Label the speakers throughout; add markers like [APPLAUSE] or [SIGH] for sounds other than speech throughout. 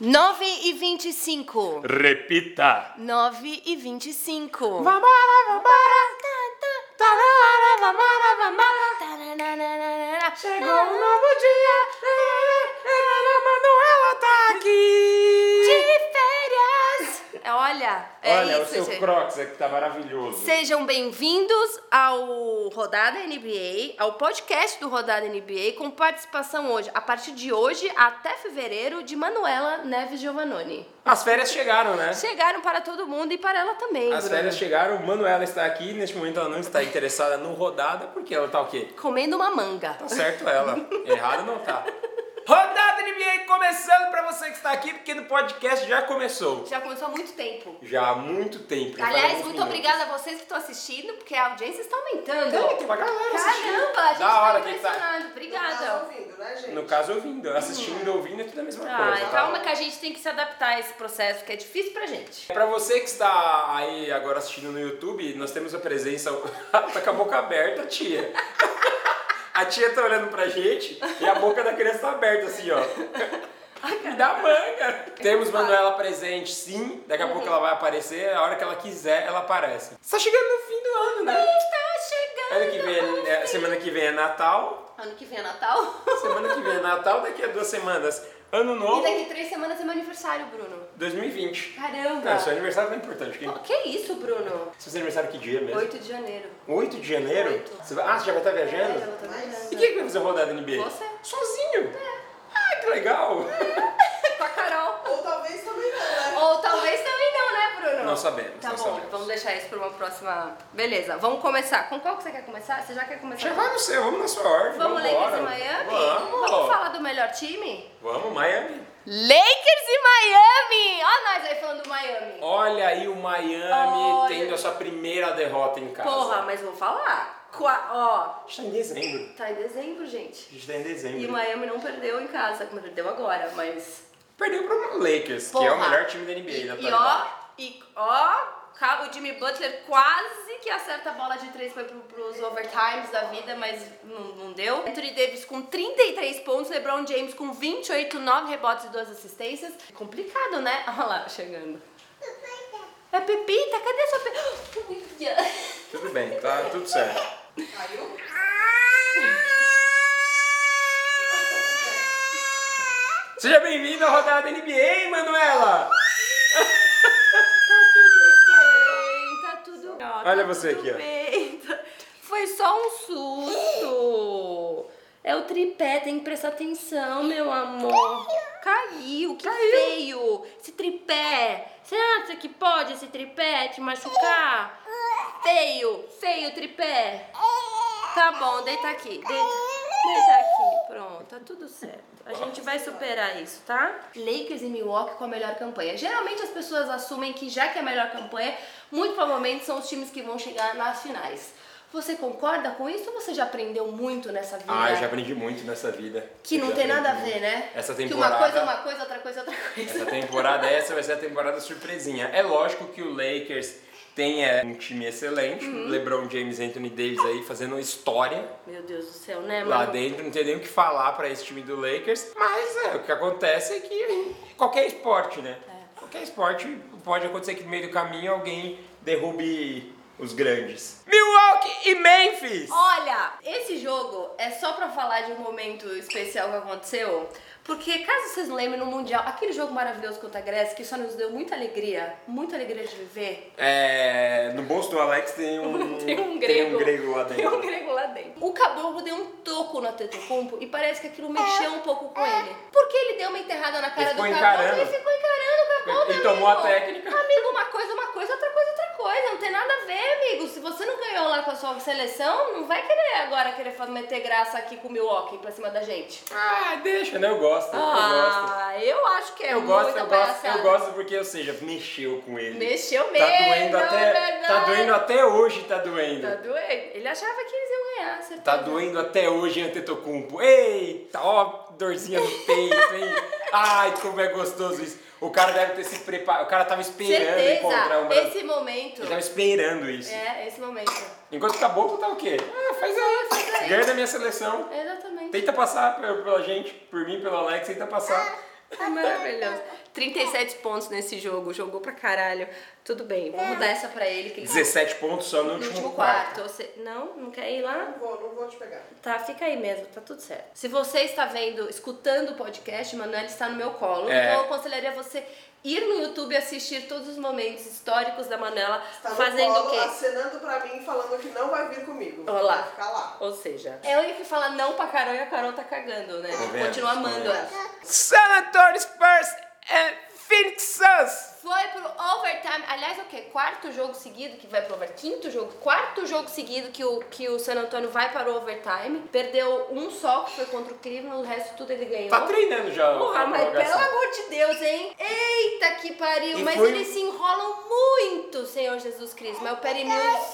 Speaker 1: 9 e 25.
Speaker 2: Repita.
Speaker 1: 9 e 25.
Speaker 2: Vambora, vambora. Chegou um novo dia. Ana Manuela tá
Speaker 1: De
Speaker 2: aqui.
Speaker 1: férias! Olha, é
Speaker 2: Olha,
Speaker 1: isso,
Speaker 2: o seu
Speaker 1: gente.
Speaker 2: Crocs aqui tá maravilhoso.
Speaker 1: Sejam bem-vindos ao Rodada NBA, ao podcast do Rodada NBA, com participação hoje, a partir de hoje até fevereiro, de Manuela Neves Giovannoni.
Speaker 2: As férias chegaram, né?
Speaker 1: Chegaram para todo mundo e para ela também.
Speaker 2: As
Speaker 1: Bruno.
Speaker 2: férias chegaram, Manuela está aqui, neste momento ela não está interessada no rodada, porque ela tá o quê?
Speaker 1: Comendo uma manga.
Speaker 2: Tá certo ela, errado não tá. Rodada NBA começando pra você que está aqui, porque no podcast já começou.
Speaker 1: Já começou há muito tempo.
Speaker 2: Já há muito tempo. já faz
Speaker 1: Aliás,
Speaker 2: alguns
Speaker 1: muito
Speaker 2: minutos.
Speaker 1: obrigada a vocês que estão assistindo, porque a audiência está aumentando.
Speaker 2: Tem, tem uma galera Então, assistindo.
Speaker 1: Caramba, a gente
Speaker 2: Da
Speaker 1: tá
Speaker 2: hora que tá.
Speaker 1: impressionado. Obrigada.
Speaker 3: ouvindo, né, gente?
Speaker 2: No caso, ouvindo. Assistindo e ouvindo é tudo a mesma coisa.
Speaker 1: Ah,
Speaker 2: tá?
Speaker 1: calma que a gente tem que se adaptar a esse processo, que é difícil pra gente.
Speaker 2: Pra você que está aí agora assistindo no YouTube, nós temos a presença. [LAUGHS] tá com a boca aberta, tia. [LAUGHS] A tia tá olhando pra gente e a boca da criança tá aberta assim, ó. Me dá
Speaker 1: É
Speaker 2: manga! Temos Manuela presente, sim. Daqui
Speaker 1: Uhum.
Speaker 2: a pouco ela vai aparecer. A hora que ela quiser, ela aparece. Tá chegando no fim do ano, né?
Speaker 1: Está Tá chegando!
Speaker 2: Ano que vem, é- semana que vem é Natal.
Speaker 1: Ano que vem é
Speaker 2: [LAUGHS]
Speaker 1: Natal.
Speaker 2: Semana que vem é Natal, daqui a duas semanas. Ano
Speaker 1: E
Speaker 2: novo,
Speaker 1: daqui três semanas é meu aniversário, Bruno.
Speaker 2: 2020.
Speaker 1: Caramba!
Speaker 2: Não, seu aniversário não é importante. Quem...
Speaker 1: Pô, que isso, Bruno?
Speaker 2: Seu aniversário que dia mesmo?
Speaker 1: 8 de janeiro.
Speaker 2: 8 de janeiro?
Speaker 1: Oito.
Speaker 2: Você vai- Ah, você já vai estar viajando?
Speaker 1: É, já vou tá viajando.
Speaker 2: E quem é que vai fazer a rodada NBA?
Speaker 1: Você. É.
Speaker 2: Sozinho? Ah, que legal!
Speaker 1: Com a é Carol.
Speaker 3: Ou talvez também não, né?
Speaker 1: Ou talvez também não, né, Bruno?
Speaker 2: Não sabemos,
Speaker 1: Tá
Speaker 2: não
Speaker 1: bom,
Speaker 2: sabemos.
Speaker 1: vamos deixar isso pra uma próxima. Beleza, vamos começar. Com qual que você quer começar? Você já quer começar?
Speaker 2: Já vai no seu, vamos na sua ordem.
Speaker 1: Vamos Lakers
Speaker 2: embora.
Speaker 1: e Miami?
Speaker 2: Vamos!
Speaker 1: Vamos falar do melhor time?
Speaker 2: Vamos, Miami.
Speaker 1: Lakers e Miami! Olha nós aí falando do Miami.
Speaker 2: Olha aí o Miami
Speaker 1: Olha.
Speaker 2: tendo a sua primeira derrota em casa.
Speaker 1: Porra, mas vou falar. Qua- Ó,
Speaker 2: A gente tá em dezembro.
Speaker 1: tá em dezembro, gente.
Speaker 2: A gente tá em dezembro.
Speaker 1: E o Miami não perdeu em casa, como perdeu agora, mas.
Speaker 2: Perdeu pro Lakers, que é
Speaker 1: Porra.
Speaker 2: o melhor time da NBA
Speaker 1: E,
Speaker 2: na
Speaker 1: e ó, e ó, ca- o Jimmy Butler quase que acerta a bola de três, foi pro, pros overtimes da vida, mas não, não deu. Anthony Davis com 33 pontos, LeBron James com 28, 9 rebotes e 2 assistências. Complicado, né? [LAUGHS] Olha lá, chegando. É Pepita, cadê sua [GASPS] Pepita?
Speaker 2: Tudo bem, tá tudo certo.
Speaker 3: Caiu?
Speaker 2: Seja bem-vindo à rodada NBA, Manuela!
Speaker 1: bem, tá tudo ó, tá
Speaker 2: Olha você
Speaker 1: tudo
Speaker 2: aqui, ó.
Speaker 1: bem, [LAUGHS] tá- Foi só um susto. É o tripé, tem que prestar atenção, meu amor. Caiu, que feio. Esse tripé. Você acha que pode esse tripé te machucar? Feio, feio tripé. Tá bom, deita aqui. Deita, deita aqui, pronto, tá tudo certo. A gente vai superar isso, tá? Lakers e Milwaukee com a melhor campanha. Geralmente as pessoas assumem que já que é a melhor campanha, muito provavelmente são os times que vão chegar nas finais. Você concorda com isso ou você já aprendeu muito nessa vida?
Speaker 2: Ah, eu já aprendi muito nessa vida.
Speaker 1: Né? Que
Speaker 2: Eu
Speaker 1: não
Speaker 2: já
Speaker 1: tem nada a
Speaker 2: aprendi
Speaker 1: ver, né?
Speaker 2: Essa
Speaker 1: Que uma
Speaker 2: temporada-
Speaker 1: coisa é uma coisa, outra coisa é outra coisa.
Speaker 2: Essa temporada essa vai ser a temporada surpresinha. É lógico que o Lakers tem é, um time excelente,
Speaker 1: Uhum.
Speaker 2: LeBron James, Anthony Davis aí fazendo história
Speaker 1: Meu Deus do céu, né, mano?
Speaker 2: lá dentro, não tem nem o que falar pra esse time do Lakers. Mas é, o que acontece é que em qualquer esporte, né?
Speaker 1: É.
Speaker 2: Qualquer esporte pode acontecer que no meio do caminho alguém derrube os grandes. Milwaukee e Memphis.
Speaker 1: Olha, esse jogo é só pra falar de um momento especial que aconteceu. Porque, caso vocês não lembrem, no Mundial, aquele jogo maravilhoso contra a Grécia, que só nos deu muita alegria, muita alegria de viver,
Speaker 2: É, no bolso do Alex tem
Speaker 1: [LAUGHS]
Speaker 2: um
Speaker 1: tem um
Speaker 2: tem
Speaker 1: grego.
Speaker 2: um grego lá
Speaker 1: Tem um
Speaker 2: dentro.
Speaker 1: grego lá dentro. O caboclo deu um toco no Tetocompo e parece que aquilo mexeu um pouco com ele. Porque ele deu uma enterrada na cara
Speaker 2: Ele
Speaker 1: do
Speaker 2: ficou
Speaker 1: caboclo
Speaker 2: encarando.
Speaker 1: e ficou encarando o caboclo.
Speaker 2: Ele tomou
Speaker 1: amigo.
Speaker 2: a técnica.
Speaker 1: Amigo, uma coisa, uma coisa, outra coisa, outra coisa. Não tem nada a ver, amigo. Se você não ganhou lá com a sua seleção, não vai querer agora querer fa- meter graça aqui com o Milwaukee pra cima da gente.
Speaker 2: Ah, deixa, né? Eu gosto. eu gosto.
Speaker 1: Ah, eu acho que é
Speaker 2: Eu
Speaker 1: muita
Speaker 2: gosto, eu gosto,
Speaker 1: palhaçada.
Speaker 2: eu gosto porque, ou seja, mexeu com ele.
Speaker 1: Mexeu mesmo,
Speaker 2: tá doendo até,
Speaker 1: é
Speaker 2: Tá
Speaker 1: verdade.
Speaker 2: doendo até hoje, tá doendo.
Speaker 1: Tá
Speaker 2: Tá,
Speaker 1: doendo. Ele achava que eles iam ganhar, certeza.
Speaker 2: doendo até hoje, Antetokounmpo. Eita, ó, dorzinha no peito,
Speaker 1: [LAUGHS]
Speaker 2: hein? Ai, como é gostoso isso. O cara deve ter se preparado, o cara tava esperando é, encontrar um
Speaker 1: Certeza,
Speaker 2: Brasil.
Speaker 1: esse momento.
Speaker 2: Ele tava esperando isso.
Speaker 1: É, esse momento.
Speaker 2: Enquanto acabou, tu tá o quê? Ah, faz aí,
Speaker 1: Faz aí.
Speaker 2: Ganha da minha seleção.
Speaker 1: Exatamente.
Speaker 2: Tenta passar pe- pela gente, por mim, pelo Alex, tenta passar.
Speaker 1: É Tá maravilhoso. 37 pontos nesse jogo, jogou pra caralho. Tudo bem,
Speaker 3: É.
Speaker 1: vamos dar essa pra ele. Que ele
Speaker 2: 17 pontos só no
Speaker 1: no
Speaker 2: último,
Speaker 1: último
Speaker 2: quarto.
Speaker 1: quarto. Você- Não? Não quer ir lá?
Speaker 3: Não vou, não vou te pegar.
Speaker 1: Tá, fica aí mesmo, tá tudo certo. Se você está vendo, escutando o podcast, Manuel está no meu colo.
Speaker 2: É.
Speaker 1: Então eu aconselharia você ir no YouTube e assistir todos os momentos históricos da Manuela
Speaker 3: Tá no
Speaker 1: fazendo
Speaker 3: colo,
Speaker 1: o quê?
Speaker 3: acenando pra mim, falando que não vai vir comigo.
Speaker 1: Olha lá.
Speaker 3: Vai ficar lá.
Speaker 1: Ou seja, é a única que fala não pra Carol e a Carol tá cagando, né?
Speaker 2: Tô vendo,
Speaker 1: Continua
Speaker 2: tô
Speaker 1: amando
Speaker 2: vendo.
Speaker 1: ela.
Speaker 2: San Antonio Spurs e Phoenix Suns.
Speaker 1: Foi pro overtime. Aliás, o quê? Quarto jogo seguido que vai pro overtime. Quinto jogo, quarto jogo seguido que o, que o San Antonio vai para o overtime. Perdeu um só, que foi contra o Cleveland, o resto tudo ele ganhou.
Speaker 2: Tá treinando já.
Speaker 1: Porra,
Speaker 2: a
Speaker 1: mas pelo
Speaker 2: prorrogação.
Speaker 1: amor de Deus, hein? Eita que pariu!
Speaker 2: E
Speaker 1: mas
Speaker 2: foi-
Speaker 1: eles se enrolam muito, Senhor Jesus Cristo. Mas o Perry Mills.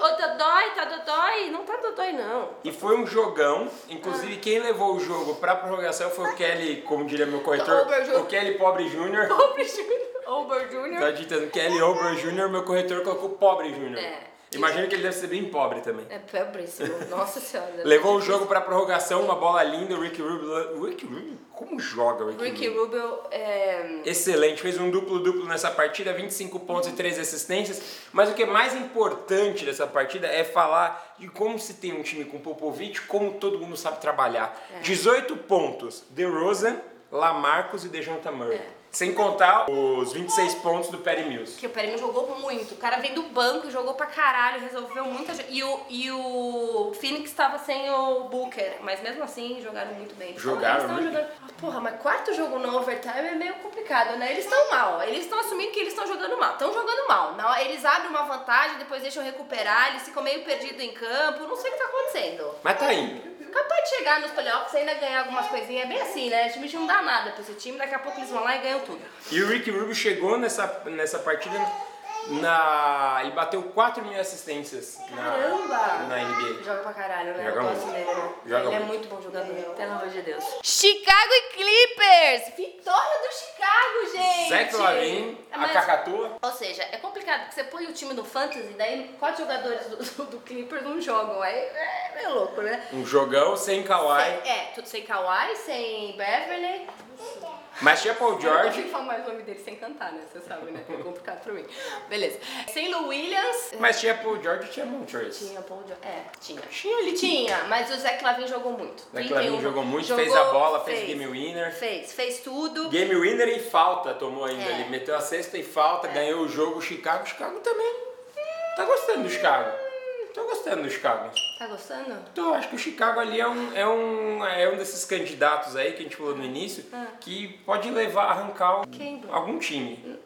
Speaker 1: Ô, Dodói, tá Dodói? Não tá Dodói, não. [LAUGHS]
Speaker 2: E foi um jogão.
Speaker 1: Ah.
Speaker 2: Inclusive, quem levou o jogo pra prorrogação foi o Kelly, como diria meu corretor,
Speaker 1: Ober Jr.
Speaker 2: o Kelly Pobre Júnior.
Speaker 1: Pobre Júnior. Ober
Speaker 2: Tá
Speaker 1: Júnior.
Speaker 2: ditando Kelly Ober Jr., meu corretor colocou Pobre Júnior.
Speaker 1: É.
Speaker 2: Imagino que ele deve ser bem pobre também.
Speaker 1: É pobríssimo. Nossa senhora.
Speaker 2: Levou o jogo pra prorrogação, uma bola linda, o Ricky Rubio... Ricky Rubio? Como joga o Ricky,
Speaker 1: Ricky
Speaker 2: Rubio?
Speaker 1: Rubio é.
Speaker 2: Excelente, fez um duplo-duplo nessa partida, 25 pontos e 3 assistências. Mas o que é mais importante dessa partida é falar de como se tem um time com Popovic, como todo mundo sabe trabalhar.
Speaker 1: É.
Speaker 2: 18 pontos, DeRozan, Lamarcus e DeJounte Murray.
Speaker 1: É.
Speaker 2: Sem contar os 26 pontos do Perry Mills.
Speaker 1: Que o Perino jogou muito. O cara veio do banco, jogou pra caralho, resolveu muita gente. E o, e o Phoenix tava sem o Booker, mas mesmo assim jogaram muito bem. Então,
Speaker 2: Jogaram
Speaker 1: eles tão
Speaker 2: muito.
Speaker 1: jogando- Ah, porra, mas quarto jogo no overtime é meio complicado, né? Eles estão mal. Eles estão assumindo que eles estão jogando mal. Estão jogando mal. Na- Eles abrem uma vantagem, depois deixam recuperar, eles ficam meio perdidos em campo. Não sei o que tá acontecendo.
Speaker 2: Mas tá indo.
Speaker 1: Capaz de chegar nos playoffs e ainda ganhar algumas coisinhas. É bem assim, né? O time não dá nada pra esse time. Daqui a pouco eles vão lá e ganham tudo.
Speaker 2: E o Ricky Rubio chegou nessa, nessa partida na, e bateu 4 mil assistências
Speaker 1: Caramba!
Speaker 2: na, na NBA.
Speaker 1: Joga pra caralho, né?
Speaker 2: Joga
Speaker 1: eu gosto
Speaker 2: muito.
Speaker 1: dele, né?
Speaker 2: Joga
Speaker 1: Ele é
Speaker 2: muito.
Speaker 1: muito bom jogador, pelo amor de Deus. Chicago e Clippers! Vitória do Chicago, gente! é
Speaker 2: Zach Lavin, a
Speaker 1: Mas-
Speaker 2: Cacatua.
Speaker 1: Ou seja, é complicado, porque você põe o time no Fantasy, daí quatro jogadores do, do, do Clippers não jogam. Aí é meio louco, né?
Speaker 2: Um jogão sem Kawhi.
Speaker 1: Sem- é, tudo sem Kawhi, sem Beverly.
Speaker 2: Mas tinha Paul
Speaker 1: Eu não consigo
Speaker 2: George.
Speaker 1: falar mais o nome dele sem cantar, né? Você sabe, né? É complicado pra mim. Beleza. Sem Lou Williams.
Speaker 2: Mas tinha Paul George e tinha Montrez.
Speaker 1: Tinha Paul George. É, tinha. Tinha, ele tinha. Mas o Zach Lavin jogou muito.
Speaker 2: Zach
Speaker 1: 31.
Speaker 2: Lavin jogou muito, fez a bola, fez, game winner.
Speaker 1: Fez, fez tudo.
Speaker 2: Game winner e falta tomou ainda.
Speaker 1: É.
Speaker 2: Ele meteu a sexta e falta, ganhou o jogo. O Chicago, Chicago também. Tá gostando do Chicago. Tô gostando do Chicago.
Speaker 1: Tá gostando?
Speaker 2: Então, acho que o Chicago ali é um, é um, é um desses candidatos aí que a gente falou no início, que pode levar, arrancar um-
Speaker 1: Ah. Quem, Hum, Bruno?
Speaker 2: algum time.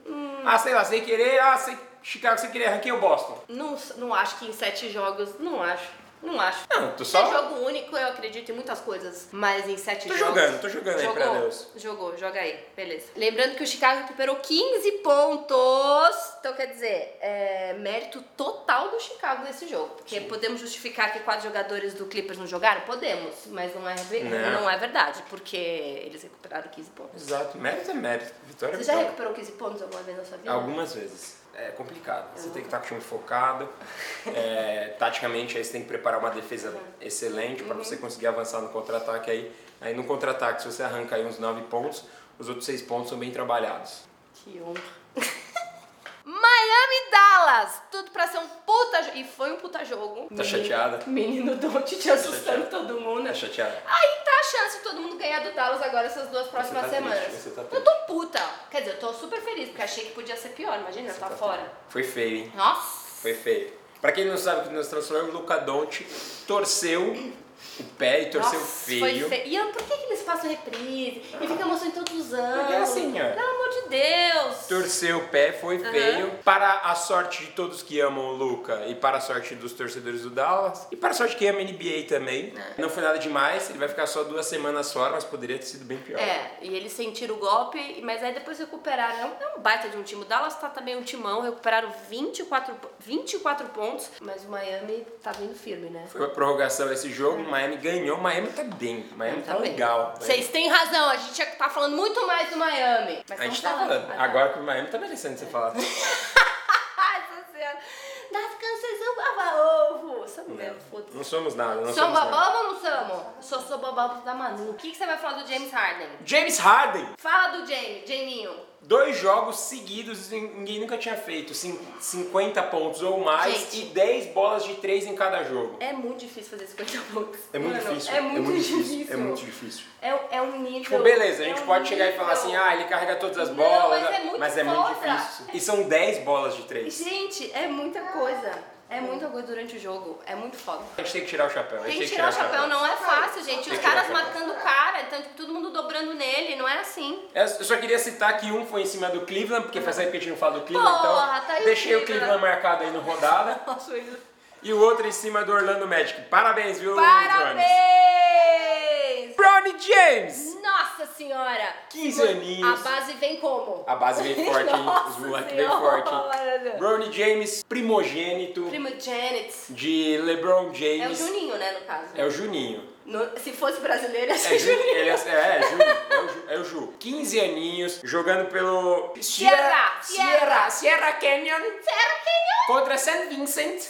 Speaker 2: Ah, sei lá, sem querer, ah, sem, Chicago sem querer, arranquei o Boston.
Speaker 1: Não, não acho que em sete jogos. Não acho. Não acho.
Speaker 2: Não, tô
Speaker 1: Se é
Speaker 2: só...
Speaker 1: jogo único, eu acredito em muitas coisas. Mas em sete
Speaker 2: Tô
Speaker 1: jogos.
Speaker 2: jogando, tô jogando aí
Speaker 1: jogou,
Speaker 2: pra Deus.
Speaker 1: Jogou, joga aí. Beleza. Lembrando que o Chicago recuperou 15 pontos. Então, quer dizer, é mérito total do Chicago nesse jogo. Porque podemos justificar que quatro jogadores do Clippers não jogaram? Podemos. Mas não é, ve-
Speaker 2: Não.
Speaker 1: não é verdade. Porque eles recuperaram 15 pontos.
Speaker 2: Exato, mérito é mérito, vitória é
Speaker 1: Você já
Speaker 2: vitória.
Speaker 1: recuperou 15 pontos alguma vez na sua vida?
Speaker 2: Algumas vezes. É complicado. Você tem que estar com o time
Speaker 1: [LAUGHS]
Speaker 2: focado. é, taticamente, aí você tem que preparar uma defesa excelente para
Speaker 1: Uhum.
Speaker 2: você conseguir avançar no contra-ataque. Aí, aí no contra-ataque, se você arranca aí uns 9 pontos, os outros 6 pontos são bem trabalhados. Tá
Speaker 1: Que honra. [LAUGHS] Miami e Dallas! Tudo pra ser um puta jogo. E foi um puta jogo.
Speaker 2: Tá chateada?
Speaker 1: Menino Doncic assustando
Speaker 2: chateada?
Speaker 1: todo mundo.
Speaker 2: Tá chateada?
Speaker 1: Aí tá a chance de todo mundo ganhar do Dallas agora essas duas próximas
Speaker 2: tá triste,
Speaker 1: semanas.
Speaker 2: você tá
Speaker 1: eu
Speaker 2: triste.
Speaker 1: tô puta. Quer dizer, eu tô super feliz, porque achei que podia ser pior. Imagina, tá, fora.
Speaker 2: Foi feio, hein?
Speaker 1: Nossa!
Speaker 2: Foi feio. Pra quem não sabe o que nós transformamos, o Luca Donte torceu o pé e torceu
Speaker 1: Nossa,
Speaker 2: feio.
Speaker 1: Foi feio. E eu- por que, que eles passam reprise? E fica mostrando em todos os anos.
Speaker 2: Porque é assim, ó.
Speaker 1: Pelo amor de Deus!
Speaker 2: Torceu o pé, foi feio. Para a sorte de todos que amam o Luca e para a sorte dos torcedores do Dallas. E para a sorte de quem ama a NBA também.
Speaker 1: É.
Speaker 2: Não foi nada demais, ele vai ficar só duas semanas fora, mas poderia ter sido bem pior.
Speaker 1: É, e eles sentiram o golpe, mas aí depois recuperaram. É um- É um baita de um time. O Dallas tá também um timão, recuperaram 24, po- 24 pontos, mas o Miami tá vindo firme, né?
Speaker 2: Foi uma prorrogação esse jogo, Miami ganhou. Miami tá bem, Miami tá,
Speaker 1: bem.
Speaker 2: legal.
Speaker 1: Vocês têm razão, a gente tinha que tá falando muito mais do Miami. Mas
Speaker 2: A
Speaker 1: vamos
Speaker 2: gente tá
Speaker 1: falar.
Speaker 2: falando.
Speaker 1: Ah, tá. [LAUGHS]
Speaker 2: Agora que o Miami tá merecendo você falar.
Speaker 1: Ai, essa cena. Das canções, eu- lava ovo! Somos mesmo, foda-se.
Speaker 2: Não somos nada, não
Speaker 1: Somos
Speaker 2: somos nada.
Speaker 1: boboba ou não somos? Sou, sou boboba da Manu. O que, que você vai falar do James Harden?
Speaker 2: James Harden,
Speaker 1: Fala do James, Jaminho.
Speaker 2: dois jogos seguidos, nin- ninguém nunca tinha feito. cin- 50 pontos ou mais
Speaker 1: Gente.
Speaker 2: e 10 bolas de 3 em cada jogo.
Speaker 1: É muito difícil fazer 50 pontos.
Speaker 2: É muito
Speaker 1: Mano,
Speaker 2: difícil.
Speaker 1: É muito, difícil.
Speaker 2: É muito difícil.
Speaker 1: É, é um nível.
Speaker 2: Tipo, beleza, a gente
Speaker 1: é um
Speaker 2: pode chegar e falar
Speaker 1: nível.
Speaker 2: assim, ah, ele carrega todas as
Speaker 1: Não,
Speaker 2: bolas,
Speaker 1: mas é muito foda.
Speaker 2: difícil. E são 10 bolas de 3.
Speaker 1: Gente, é muita coisa. É muita coisa durante o jogo. É muito foda.
Speaker 2: A gente tem que tirar o chapéu. a gente
Speaker 1: Tem que tirar o chapéu, não é fácil, gente. Os
Speaker 2: Tem que tirar
Speaker 1: caras
Speaker 2: o chapéu.
Speaker 1: matando o cara, então, tipo, todo mundo dobrando nele, não é
Speaker 2: [LAUGHS]
Speaker 1: assim.
Speaker 2: Eu eu só queria citar que um foi em cima do Cleveland, porque faz tempo que a gente não fala do Cleveland,
Speaker 1: Uhum. Porra,
Speaker 2: então
Speaker 1: tá aí o
Speaker 2: deixei o
Speaker 1: Cleveland.
Speaker 2: Cleveland marcado aí no rodada. E o outro em cima do Orlando Magic. Parabéns, viu, Jones?
Speaker 1: Parabéns!
Speaker 2: Bronny James!
Speaker 1: Nossa senhora!
Speaker 2: 15
Speaker 1: Mano,
Speaker 2: aninhos.
Speaker 1: A base vem como?
Speaker 2: A
Speaker 1: [LAUGHS]
Speaker 2: base vem forte, hein? Os
Speaker 1: Nossa
Speaker 2: moleques vem
Speaker 1: Senhora.
Speaker 2: forte. hein? Bronny James, primogênito
Speaker 1: Primo Janet.
Speaker 2: de LeBron James.
Speaker 1: É o Juninho, né, no caso.
Speaker 2: É o [LAUGHS] Juninho.
Speaker 1: No- se fosse brasileiro, ia ser
Speaker 2: É, Ju-
Speaker 1: Juninho.
Speaker 2: ele é, é, é, Ju, é o Ju, é o Ju. 15 aninhos, jogando pelo...
Speaker 1: Sierra,
Speaker 2: Sierra, Sierra Canyon
Speaker 1: Será que ele
Speaker 2: contra San Vincent.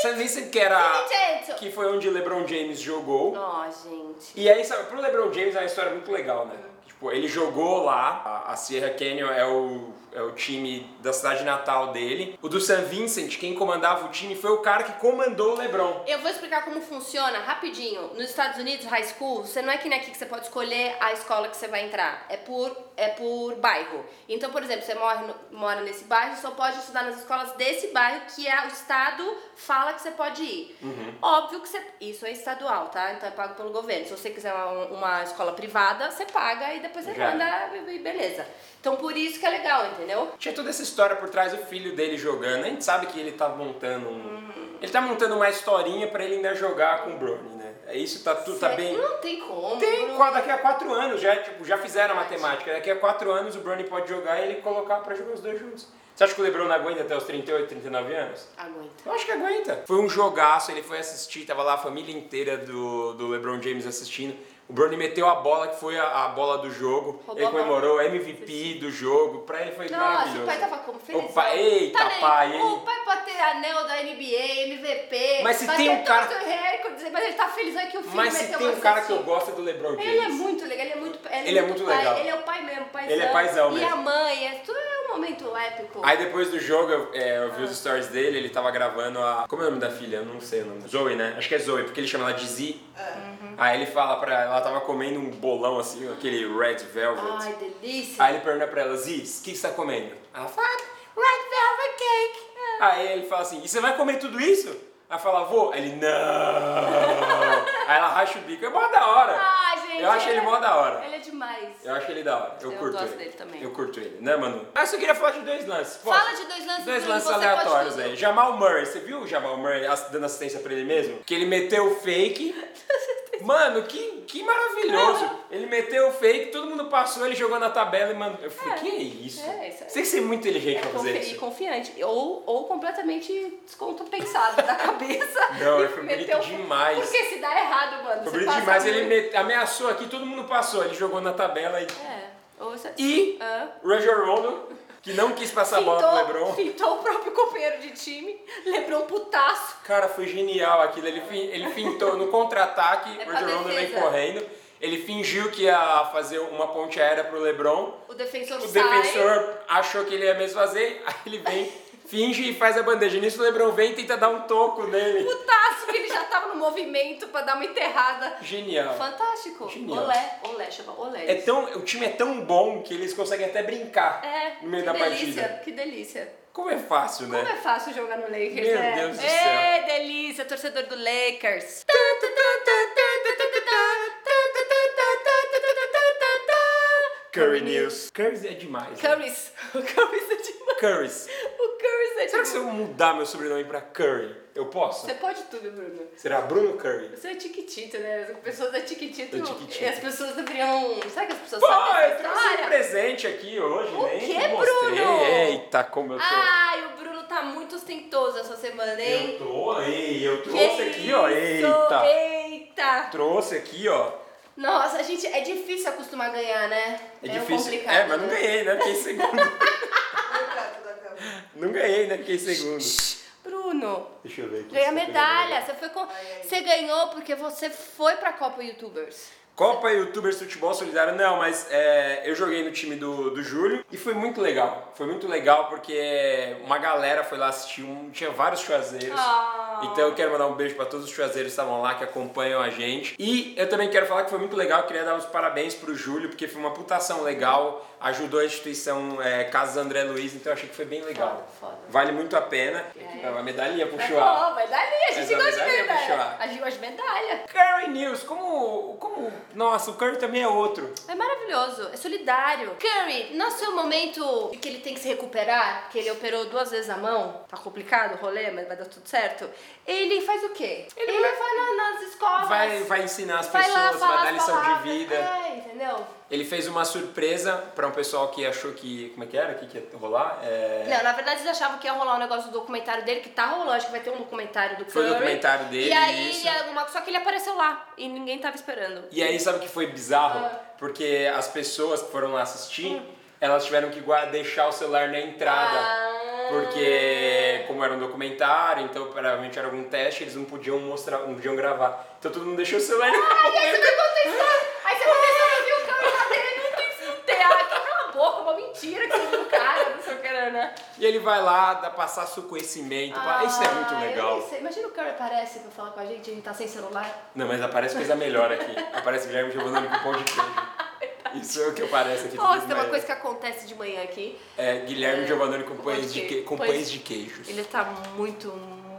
Speaker 2: San Vincent. que era...
Speaker 1: é
Speaker 2: Que foi onde LeBron James jogou.
Speaker 1: Ó, gente.
Speaker 2: E aí, sabe, pro LeBron James é uma história muito legal, né? Tipo, ele jogou lá, a, a Sierra Canyon é o, é o time da cidade natal dele. O do San Vincent, quem comandava o time, foi o cara que comandou o LeBron.
Speaker 1: Eu vou explicar como funciona rapidinho. Nos Estados Unidos, high school, você não é que nem aqui que você pode escolher a escola que você vai entrar. É por, é por bairro. Então, por exemplo, você mora, no- mora nesse bairro, só pode estudar nas escolas desse bairro que é o estado fala que você pode ir.
Speaker 2: Uhum.
Speaker 1: Óbvio que você. Isso é estadual, tá? Então é pago pelo governo. Se você quiser uma, uma escola privada, você paga e depois você
Speaker 2: Já.
Speaker 1: manda e e beleza. Então por isso que é legal, entendeu?
Speaker 2: Tinha toda essa história por trás do filho dele jogando. A gente sabe que ele tá montando um. Ele tá montando uma historinha pra ele ainda jogar com o Brony, né? É Isso tá tudo tá
Speaker 1: Cê-
Speaker 2: bem.
Speaker 1: Não tem como.
Speaker 2: Tem,
Speaker 1: Bruno.
Speaker 2: qua- daqui a quatro anos, já, tipo, já fizeram a matemática. Daqui a quatro anos o Brony pode jogar e ele colocar pra jogar os dois juntos. Você acha que o Lebron não aguenta até os 38, 39 anos?
Speaker 1: Aguenta.
Speaker 2: Eu acho que aguenta. Foi um jogaço, ele foi assistir, tava lá a família inteira do, do LeBron James assistindo. O Brony meteu a bola, que foi a, a bola do jogo.
Speaker 1: Roubou
Speaker 2: ele
Speaker 1: a bola.
Speaker 2: comemorou o MVP do jogo. Pra ele foi
Speaker 1: Nossa,
Speaker 2: maravilhoso.
Speaker 1: o pai tava como feliz.
Speaker 2: O pai- eita, pai,
Speaker 1: O
Speaker 2: ele-
Speaker 1: pai pode ter anel da NBA, MVP,
Speaker 2: Mas se
Speaker 1: bater
Speaker 2: tem um cara-
Speaker 1: todos os recordes, mas ele tá feliz olha que o filho
Speaker 2: Mas se
Speaker 1: meteu
Speaker 2: tem
Speaker 1: uma
Speaker 2: um cara que eu
Speaker 1: cestinha.
Speaker 2: gosto é do LeBron James.
Speaker 1: Ele é muito legal, ele é muito
Speaker 2: Ele é muito
Speaker 1: pai,
Speaker 2: legal.
Speaker 1: Ele é o pai mesmo, paizão.
Speaker 2: Ele é paizão
Speaker 1: E
Speaker 2: mesmo.
Speaker 1: a mãe, é tudo é um momento épico.
Speaker 2: Aí depois do jogo, eu, é, eu vi os stories dele, ele tava gravando a... Como é o nome da filha? Eu não sei o nome. Zoe, né? Acho que é Zoe, porque ele chama ela de Z.
Speaker 1: É.
Speaker 2: Aí ele fala pra ela, ela tava comendo um bolão assim, aquele Red Velvet.
Speaker 1: Ai, delícia.
Speaker 2: Aí ele pergunta pra ela, Ziz, o que você tá comendo? Ela fala, Red Velvet Cake. Aí ele fala assim, e você vai comer tudo isso? Ela fala, vou. Aí ele, não. Aí ela racha o bico, é mó da hora.
Speaker 1: Ai, gente,
Speaker 2: eu acho ele
Speaker 1: é-
Speaker 2: mó da hora.
Speaker 1: Ele é demais.
Speaker 2: Eu acho ele da hora, eu,
Speaker 1: Eu
Speaker 2: curto
Speaker 1: gosto
Speaker 2: ele.
Speaker 1: dele também.
Speaker 2: Eu curto ele, né, Manu? Ah, eu só queria falar de dois lances. Posso?
Speaker 1: Fala de dois lances
Speaker 2: Dois
Speaker 1: Bruno,
Speaker 2: lances
Speaker 1: você pode
Speaker 2: aleatórios
Speaker 1: tudo.
Speaker 2: aí. Jamal Murray, você viu o Jamal Murray ass- dando assistência pra ele mesmo? Que ele meteu o
Speaker 1: [LAUGHS]
Speaker 2: fake. Mano, que, que maravilhoso!
Speaker 1: É.
Speaker 2: Ele meteu o fake, todo mundo passou, ele jogou na tabela e mandou. Eu falei,
Speaker 1: É.
Speaker 2: que é isso?
Speaker 1: É, isso aí.
Speaker 2: Você tem que ser muito inteligente
Speaker 1: É
Speaker 2: pra fazer
Speaker 1: confi- e
Speaker 2: isso.
Speaker 1: confiante. Ou, ou completamente descompensado [LAUGHS] da cabeça.
Speaker 2: Não,
Speaker 1: E
Speaker 2: ele foi bonito
Speaker 1: meteu- um-
Speaker 2: demais.
Speaker 1: Porque se dá errado, mano.
Speaker 2: Foi
Speaker 1: você
Speaker 2: bonito
Speaker 1: passa
Speaker 2: demais, ele
Speaker 1: muito.
Speaker 2: mete- ameaçou aqui, todo mundo passou, ele jogou na tabela e.
Speaker 1: É. Ou você...
Speaker 2: E
Speaker 1: Ah.
Speaker 2: Roger Rondo, que não quis passar a bola pro Lebron.
Speaker 1: Pintou, pintou o próprio companheiro de time, Lebron putaço.
Speaker 2: Cara, foi genial aquilo. Ele, fin- ele fintou no contra-ataque,
Speaker 1: É pra
Speaker 2: o Rondo vem
Speaker 1: defesa.
Speaker 2: correndo. Ele fingiu que ia fazer uma ponte aérea pro Lebron.
Speaker 1: O defensor
Speaker 2: O
Speaker 1: sai.
Speaker 2: defensor achou que ele ia mesmo fazer, [LAUGHS] aí ele vem, finge e faz a bandeja. Nisso o Lebron vem e tenta dar um toco nele.
Speaker 1: Putaço, que ele já tava no movimento pra dar uma enterrada.
Speaker 2: Genial.
Speaker 1: Fantástico.
Speaker 2: É. Genial.
Speaker 1: Olé, olé, chama olé.
Speaker 2: É tão, o time é tão bom que eles conseguem até brincar
Speaker 1: É,
Speaker 2: no meio
Speaker 1: que
Speaker 2: da
Speaker 1: delícia,
Speaker 2: partida.
Speaker 1: que delícia.
Speaker 2: Como é fácil, né?
Speaker 1: Como é fácil jogar no Lakers,
Speaker 2: Meu
Speaker 1: né?
Speaker 2: Deus do
Speaker 1: Ê,
Speaker 2: céu.
Speaker 1: delícia, torcedor do Lakers.
Speaker 2: Curry News. Curry é demais. Né?
Speaker 1: [LAUGHS] Currys. O Currys é demais.
Speaker 2: Currys.
Speaker 1: O Currys é
Speaker 2: Será que se
Speaker 1: demais.
Speaker 2: eu mudar meu sobrenome pra Curry, eu posso?
Speaker 1: Você pode tudo, Bruno.
Speaker 2: Será Bruno Curry?
Speaker 1: Você é tiquitito, né? As pessoas da tiquitito.
Speaker 2: Eu tiquitito.
Speaker 1: E as pessoas deveriam. Será que as pessoas
Speaker 2: Pô,
Speaker 1: sabem
Speaker 2: eu
Speaker 1: dessa
Speaker 2: trouxe um
Speaker 1: história?
Speaker 2: presente aqui hoje,
Speaker 1: O
Speaker 2: né?
Speaker 1: quê,
Speaker 2: Te mostrei.
Speaker 1: Bruno?
Speaker 2: Eita, como eu tô.
Speaker 1: Ai, o Bruno tá muito ostentoso essa semana,
Speaker 2: eu
Speaker 1: hein?
Speaker 2: tô, ei, eu
Speaker 1: Que
Speaker 2: trouxe aqui, ó.
Speaker 1: isso,
Speaker 2: Eita.
Speaker 1: Eita!
Speaker 2: Trouxe aqui, ó.
Speaker 1: Nossa, a gente é difícil acostumar a ganhar, né?
Speaker 2: É,
Speaker 1: um
Speaker 2: difícil.
Speaker 1: complicado.
Speaker 2: É, mas não
Speaker 1: né?
Speaker 2: ganhei, né? Fiquei em segundo.
Speaker 3: Coitado da Carol.
Speaker 1: [LAUGHS]
Speaker 2: não ganhei, né? Fiquei em segundo.
Speaker 1: Bruno, Bruno.
Speaker 2: Deixa eu ver aqui.
Speaker 1: Ganha
Speaker 2: se tá
Speaker 1: medalha.
Speaker 2: pegando.
Speaker 1: Você, foi com...
Speaker 3: Ai, ai.
Speaker 1: você ganhou porque você foi pra Copa YouTubers.
Speaker 2: Copa Youtubers Futebol Solidário, não, mas é, eu joguei no time do, do Júlio e foi muito legal. Foi muito legal porque uma galera foi lá assistir, um- tinha vários chuazeiros.
Speaker 1: Ah.
Speaker 2: Então eu quero mandar um beijo pra todos os chuazeiros que estavam lá, que acompanham a gente. E eu também quero falar que foi muito legal, eu queria dar os parabéns pro Júlio, porque foi uma putação legal, ajudou a instituição é, Casas André Luiz, então eu achei que foi bem legal.
Speaker 1: Foda, foda.
Speaker 2: Vale muito a pena. É. Uma medalhinha pro Chua.
Speaker 1: Vai, vai dali, a gente
Speaker 2: Essa
Speaker 1: gosta de
Speaker 2: medalha é pro
Speaker 1: medalha.
Speaker 2: Chua.
Speaker 1: A gente gosta de medalha.
Speaker 2: Curry News, como, como. Nossa, o Curry também é outro.
Speaker 1: É maravilhoso, é solidário. Curry, no seu momento em que ele tem que se recuperar, que ele operou duas vezes a mão, tá complicado o rolê, mas vai dar tudo certo. Ele faz o quê? Ele, vai, na- nas escolas.
Speaker 2: Vai, vai ensinar as
Speaker 1: vai lá
Speaker 2: pessoas,
Speaker 1: falar
Speaker 2: vai dar
Speaker 1: as
Speaker 2: lição de
Speaker 1: palavras.
Speaker 2: vida.
Speaker 1: É, entendeu?
Speaker 2: Ele fez uma surpresa pra um pessoal que achou que. Como é que era? O que, que ia rolar? É,
Speaker 1: Não, na verdade eles achavam que ia rolar um negócio do documentário dele, que tá rolando, acho que vai ter um documentário do Curry.
Speaker 2: Foi o documentário dele,
Speaker 1: E aí,
Speaker 2: isso.
Speaker 1: ele ia- uma- só que ele apareceu lá e ninguém tava esperando.
Speaker 2: E aí, sabe o que foi bizarro?
Speaker 1: Ah.
Speaker 2: Porque as pessoas que foram lá assistir, elas tiveram que guar- deixar o celular na entrada.
Speaker 1: Ah.
Speaker 2: Porque, como era um documentário, então provavelmente era algum teste, eles não podiam mostrar, não podiam gravar. Então todo mundo deixou o celular na
Speaker 1: Aí você vai contestar, aí você contestou que viu o cara lá dele não tem no teatro. Cala a boca, uma mentira que você viu o cara, não sei o que era, né?
Speaker 2: E ele vai lá dá, passar seu conhecimento. pá, Isso é
Speaker 1: Ah,
Speaker 2: muito
Speaker 1: eu nem
Speaker 2: legal.
Speaker 1: sei. Imagina o Curry aparece pra falar com a gente, a gente tá sem celular.
Speaker 2: Não, mas aparece coisa melhor aqui. Aparece Guilherme Giovannone com pão de queijo.
Speaker 1: [LAUGHS]
Speaker 2: Isso é o que aparece aqui. do
Speaker 1: Nossa, tem uma
Speaker 2: Ismael.
Speaker 1: coisa que acontece de manhã aqui.
Speaker 2: É, Guilherme Giovannone com
Speaker 1: com
Speaker 2: pães de,
Speaker 1: queijo.
Speaker 2: que... com
Speaker 1: Pães-
Speaker 2: pães de queijos.
Speaker 1: Ele tá muito,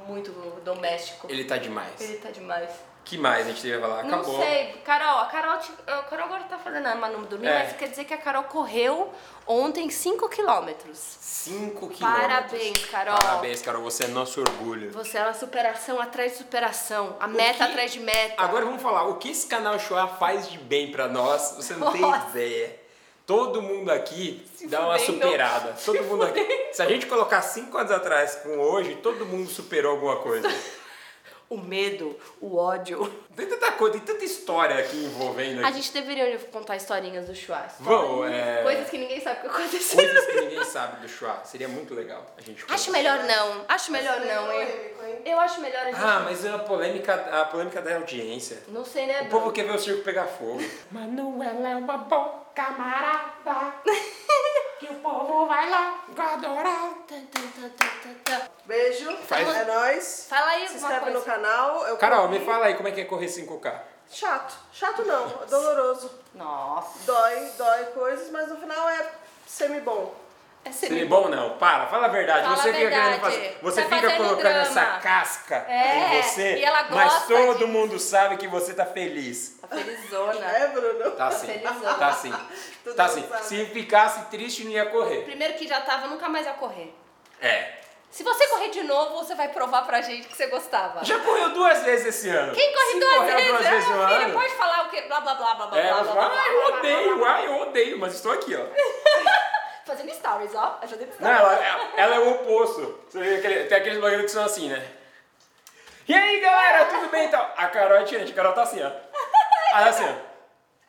Speaker 1: muito doméstico.
Speaker 2: Ele tá demais.
Speaker 1: Ele tá demais.
Speaker 2: Que mais a gente teve a falar?
Speaker 1: Não
Speaker 2: Acabou.
Speaker 1: sei, Carol, a Carol, te- a Carol agora tá fazendo a Manu dormir,
Speaker 2: É.
Speaker 1: mas quer dizer que a Carol correu ontem 5 quilômetros.
Speaker 2: 5 quilômetros.
Speaker 1: Parabéns, Carol.
Speaker 2: Parabéns, Carol. Você é nosso orgulho.
Speaker 1: Você é uma superação atrás de superação, a meta
Speaker 2: que-
Speaker 1: atrás de meta.
Speaker 2: Agora vamos falar o que esse canal Shoah faz de bem pra nós. Você não tem
Speaker 1: Nossa.
Speaker 2: ideia. Todo mundo aqui
Speaker 1: Se
Speaker 2: dá uma
Speaker 1: fudendo.
Speaker 2: superada. Todo mundo aqui. Se a gente colocar 5 anos atrás com hoje, todo mundo superou alguma coisa.
Speaker 1: O medo, o ódio.
Speaker 2: Tem tanta coisa, tem tanta história aqui envolvendo.
Speaker 1: A
Speaker 2: Aqui.
Speaker 1: gente deveria contar historinhas do Chua.
Speaker 2: Vamos, é.
Speaker 1: Coisas que ninguém sabe o que aconteceu.
Speaker 2: Coisas que ninguém sabe do Shoah. Seria muito legal a gente
Speaker 1: Acho
Speaker 2: contar.
Speaker 1: melhor não. Acho melhor não, hein?
Speaker 3: é Polêmico, hein?
Speaker 1: Eu acho melhor a gente.
Speaker 2: Ah, mas a polêmica, a polêmica da audiência.
Speaker 1: Não sei, né,
Speaker 2: O povo
Speaker 1: Bruno?
Speaker 2: quer ver o circo pegar fogo.
Speaker 4: Manuela é uma boa camarada. que o povo vai lá adorar.
Speaker 1: Tan, tan, tan, tan, tan, tan.
Speaker 3: Beijo.
Speaker 2: Faz-
Speaker 3: É nóis.
Speaker 1: Fala aí
Speaker 3: Se
Speaker 1: alguma
Speaker 3: inscreve no
Speaker 1: coisa.
Speaker 3: canal. Eu
Speaker 2: Carol,
Speaker 3: corri.
Speaker 2: me fala aí como é que é correr 5K.
Speaker 3: Chato. Chato não. Doloroso.
Speaker 1: Nossa.
Speaker 3: Dói, dói coisas, mas no final é semi-bom.
Speaker 1: É
Speaker 2: Seria
Speaker 1: semi-
Speaker 2: bom não? Para, fala a verdade.
Speaker 1: Fala
Speaker 2: você
Speaker 1: a
Speaker 2: fica
Speaker 1: verdade.
Speaker 2: querendo fazer. Você
Speaker 1: Tá
Speaker 2: fica
Speaker 1: fazendo
Speaker 2: colocando
Speaker 1: drama.
Speaker 2: essa casca
Speaker 1: É,
Speaker 2: em você.
Speaker 1: e ela
Speaker 2: mas
Speaker 1: gosta
Speaker 2: todo
Speaker 1: disso.
Speaker 2: mundo sabe que você tá feliz.
Speaker 1: Tá felizona.
Speaker 3: É, Bruno?
Speaker 2: Tá sim.
Speaker 1: Felizona.
Speaker 2: Tá
Speaker 1: [LAUGHS]
Speaker 2: sim.
Speaker 3: Todo
Speaker 2: Tá
Speaker 3: mundo
Speaker 2: sim.
Speaker 3: sabe.
Speaker 2: Se ficasse triste, não ia correr.
Speaker 1: Primeiro que já tava, nunca mais ia correr.
Speaker 2: É.
Speaker 1: Se você correr de novo, você vai provar pra gente que você gostava.
Speaker 2: Já correu duas vezes esse ano.
Speaker 1: Quem corre
Speaker 2: Se
Speaker 1: duas
Speaker 2: correu
Speaker 1: vezes?
Speaker 2: duas vezes
Speaker 1: ah,
Speaker 2: no
Speaker 1: filha,
Speaker 2: ano.
Speaker 1: pode falar o quê? Blá, blá, blá, blá, blá,
Speaker 2: É,
Speaker 1: blá,
Speaker 2: ela
Speaker 1: blá,
Speaker 2: fala,
Speaker 1: blá,
Speaker 2: ah,
Speaker 1: blá,
Speaker 2: eu
Speaker 1: blá,
Speaker 2: odeio,
Speaker 1: blá, blá,
Speaker 2: ah, eu odeio, mas estou aqui, ó.
Speaker 1: blá. Fazendo stories, ó. Fazendo stories.
Speaker 2: Não, ela, ela é o oposto. Você vê aquele- tem aqueles blogueiros que são assim, né? E aí, galera, tudo bem e tal? A Carol é diferente, a Carol tá assim, ó. Ela é assim, ó.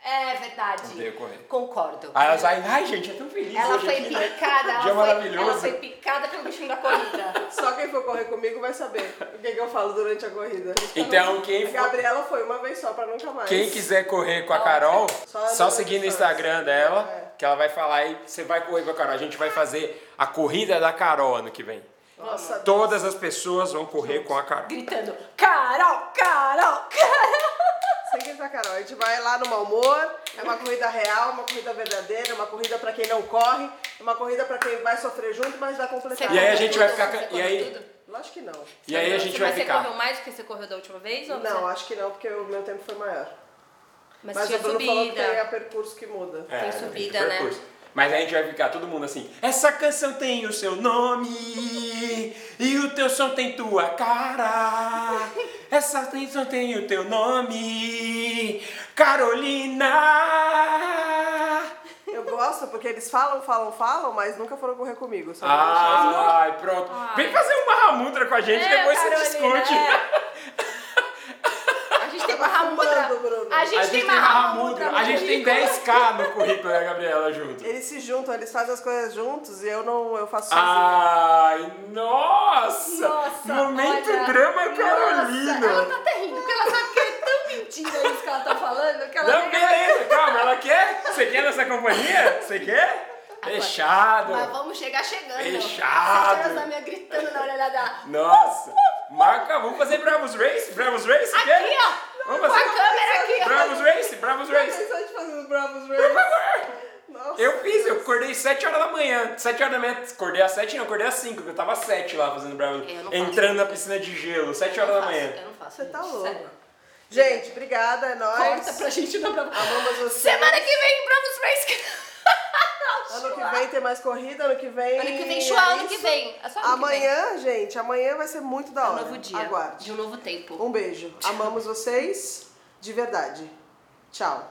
Speaker 1: É verdade.
Speaker 2: Odeio correr.
Speaker 1: Concordo.
Speaker 2: Aí ela sai, ai, gente, é tão feliz
Speaker 1: Ela
Speaker 2: hoje
Speaker 1: foi
Speaker 2: aqui."
Speaker 1: picada, ela
Speaker 2: Dia
Speaker 1: foi,
Speaker 2: maravilhoso.
Speaker 1: ela foi picada pelo bichinho da corrida.
Speaker 3: Só quem for correr comigo vai saber o que, que eu falo durante a corrida.
Speaker 2: Então, quem,
Speaker 3: A Gabriela foi uma vez só, pra nunca mais.
Speaker 2: quem quiser correr com a Carol,
Speaker 3: Só
Speaker 2: só,
Speaker 3: no
Speaker 2: seguir no
Speaker 3: Stories.
Speaker 2: Instagram dela,
Speaker 3: É.
Speaker 2: que ela vai falar aí, você vai correr com a Carol. A gente vai fazer a corrida da Carol ano que vem.
Speaker 3: Nossa,
Speaker 2: Todas as pessoas vão correr com a Carol.
Speaker 1: Gritando, Carol, Carol, Carol.
Speaker 3: Seguinte pra Carol, a gente vai lá no mau humor, é uma corrida real, uma corrida verdadeira, uma corrida pra quem não corre, uma corrida pra quem vai sofrer junto, mas vai completar.
Speaker 2: E aí a gente vai
Speaker 1: Você
Speaker 2: ficar.
Speaker 1: correu
Speaker 2: E aí,
Speaker 1: tudo?
Speaker 3: Lógico que não.
Speaker 2: e aí a gente
Speaker 1: Você-
Speaker 2: vai
Speaker 1: mas Você correu
Speaker 2: ficar.
Speaker 1: mais do que você correu da última vez? Ou
Speaker 3: Não,
Speaker 1: você-
Speaker 3: acho que não, porque o meu tempo foi maior.
Speaker 1: Mas,
Speaker 3: Mas
Speaker 1: tinha
Speaker 3: o Bruno falou que
Speaker 1: subida.
Speaker 3: é a percurso que muda.
Speaker 1: Tem
Speaker 2: não
Speaker 1: subida,
Speaker 2: muito
Speaker 1: né?
Speaker 2: percurso. Mas a gente vai ficar todo mundo assim. Essa canção tem o seu nome e o teu som tem tua cara. Essa canção tem o teu nome, Carolina.
Speaker 3: Eu gosto porque eles falam, falam, falam, mas nunca foram correr comigo. Só
Speaker 2: Ai, Ah, pronto.
Speaker 1: Ai.
Speaker 2: Vem fazer uma ramudra com a gente,
Speaker 1: Ah. É,
Speaker 2: depois
Speaker 1: Carolina,
Speaker 2: você discute.
Speaker 1: é. A gente tem que
Speaker 3: Tava
Speaker 1: barrar
Speaker 3: fumando,
Speaker 1: muda.
Speaker 3: Bruno.
Speaker 1: A A gente tem Mahamudra.
Speaker 2: A gente tem 10k no currículo, né, Gabriela, junto.
Speaker 3: Eles se juntam, eles fazem as coisas juntos e eu não, eu faço
Speaker 2: Ah.
Speaker 3: sozinha.
Speaker 2: Ai, nossa!
Speaker 1: Nossa,
Speaker 2: Momento
Speaker 1: olha,
Speaker 2: drama Carolina!
Speaker 1: Nossa, ela tá até rindo, porque ela sabe que é tão mentira isso que ela tá falando, que ela
Speaker 2: Não, beleza, calma, ela quer? Você quer nessa companhia? Você quer? Fechado.
Speaker 1: Mas vamos chegar chegando. Essas
Speaker 2: Fechado.
Speaker 1: horas da minha gritando na orelha da...
Speaker 2: Nossa! Marca, vamos fazer Bravos Race? Bravos Race?
Speaker 1: Aqui,
Speaker 2: quer?
Speaker 1: ó!
Speaker 2: Vamos
Speaker 1: com a
Speaker 2: fazer
Speaker 1: câmera aqui, ó!
Speaker 2: Bravos Race? Bravos Race?
Speaker 3: Pensou de fazer os [LAUGHS] Bravos Rays? Nossa.
Speaker 2: Eu fiz, eu acordei 7 horas da manhã. 7 horas da manhã, acordei às 7, não, acordei às 5, porque eu tava às 7 lá fazendo Bravos
Speaker 1: Eu não faço.
Speaker 2: Entrando na piscina de gelo, 7
Speaker 1: Eu
Speaker 2: horas
Speaker 1: não
Speaker 2: da
Speaker 1: faço,
Speaker 2: manhã.
Speaker 1: Eu não faço.
Speaker 3: Você tá
Speaker 1: gente,
Speaker 3: louca.
Speaker 1: sério.
Speaker 3: Gente, obrigada, é nóis.
Speaker 1: Corta pra gente na prova.
Speaker 3: Amamos vocês.
Speaker 1: Semana que vem, Bravos Race.
Speaker 3: Ano que vem tem mais corrida, ano que vem.
Speaker 1: Ano que
Speaker 3: é
Speaker 1: vem, Chua, ano
Speaker 3: isso.
Speaker 1: que vem. É só ano
Speaker 3: Amanhã, gente, amanhã vai ser muito da
Speaker 1: que vem.
Speaker 3: hora.
Speaker 1: Um novo dia.
Speaker 3: Aguarde.
Speaker 1: De um novo tempo.
Speaker 3: Um beijo. Amamos vocês de verdade. Tchau.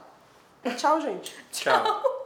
Speaker 3: E tchau, gente.
Speaker 2: Tchau.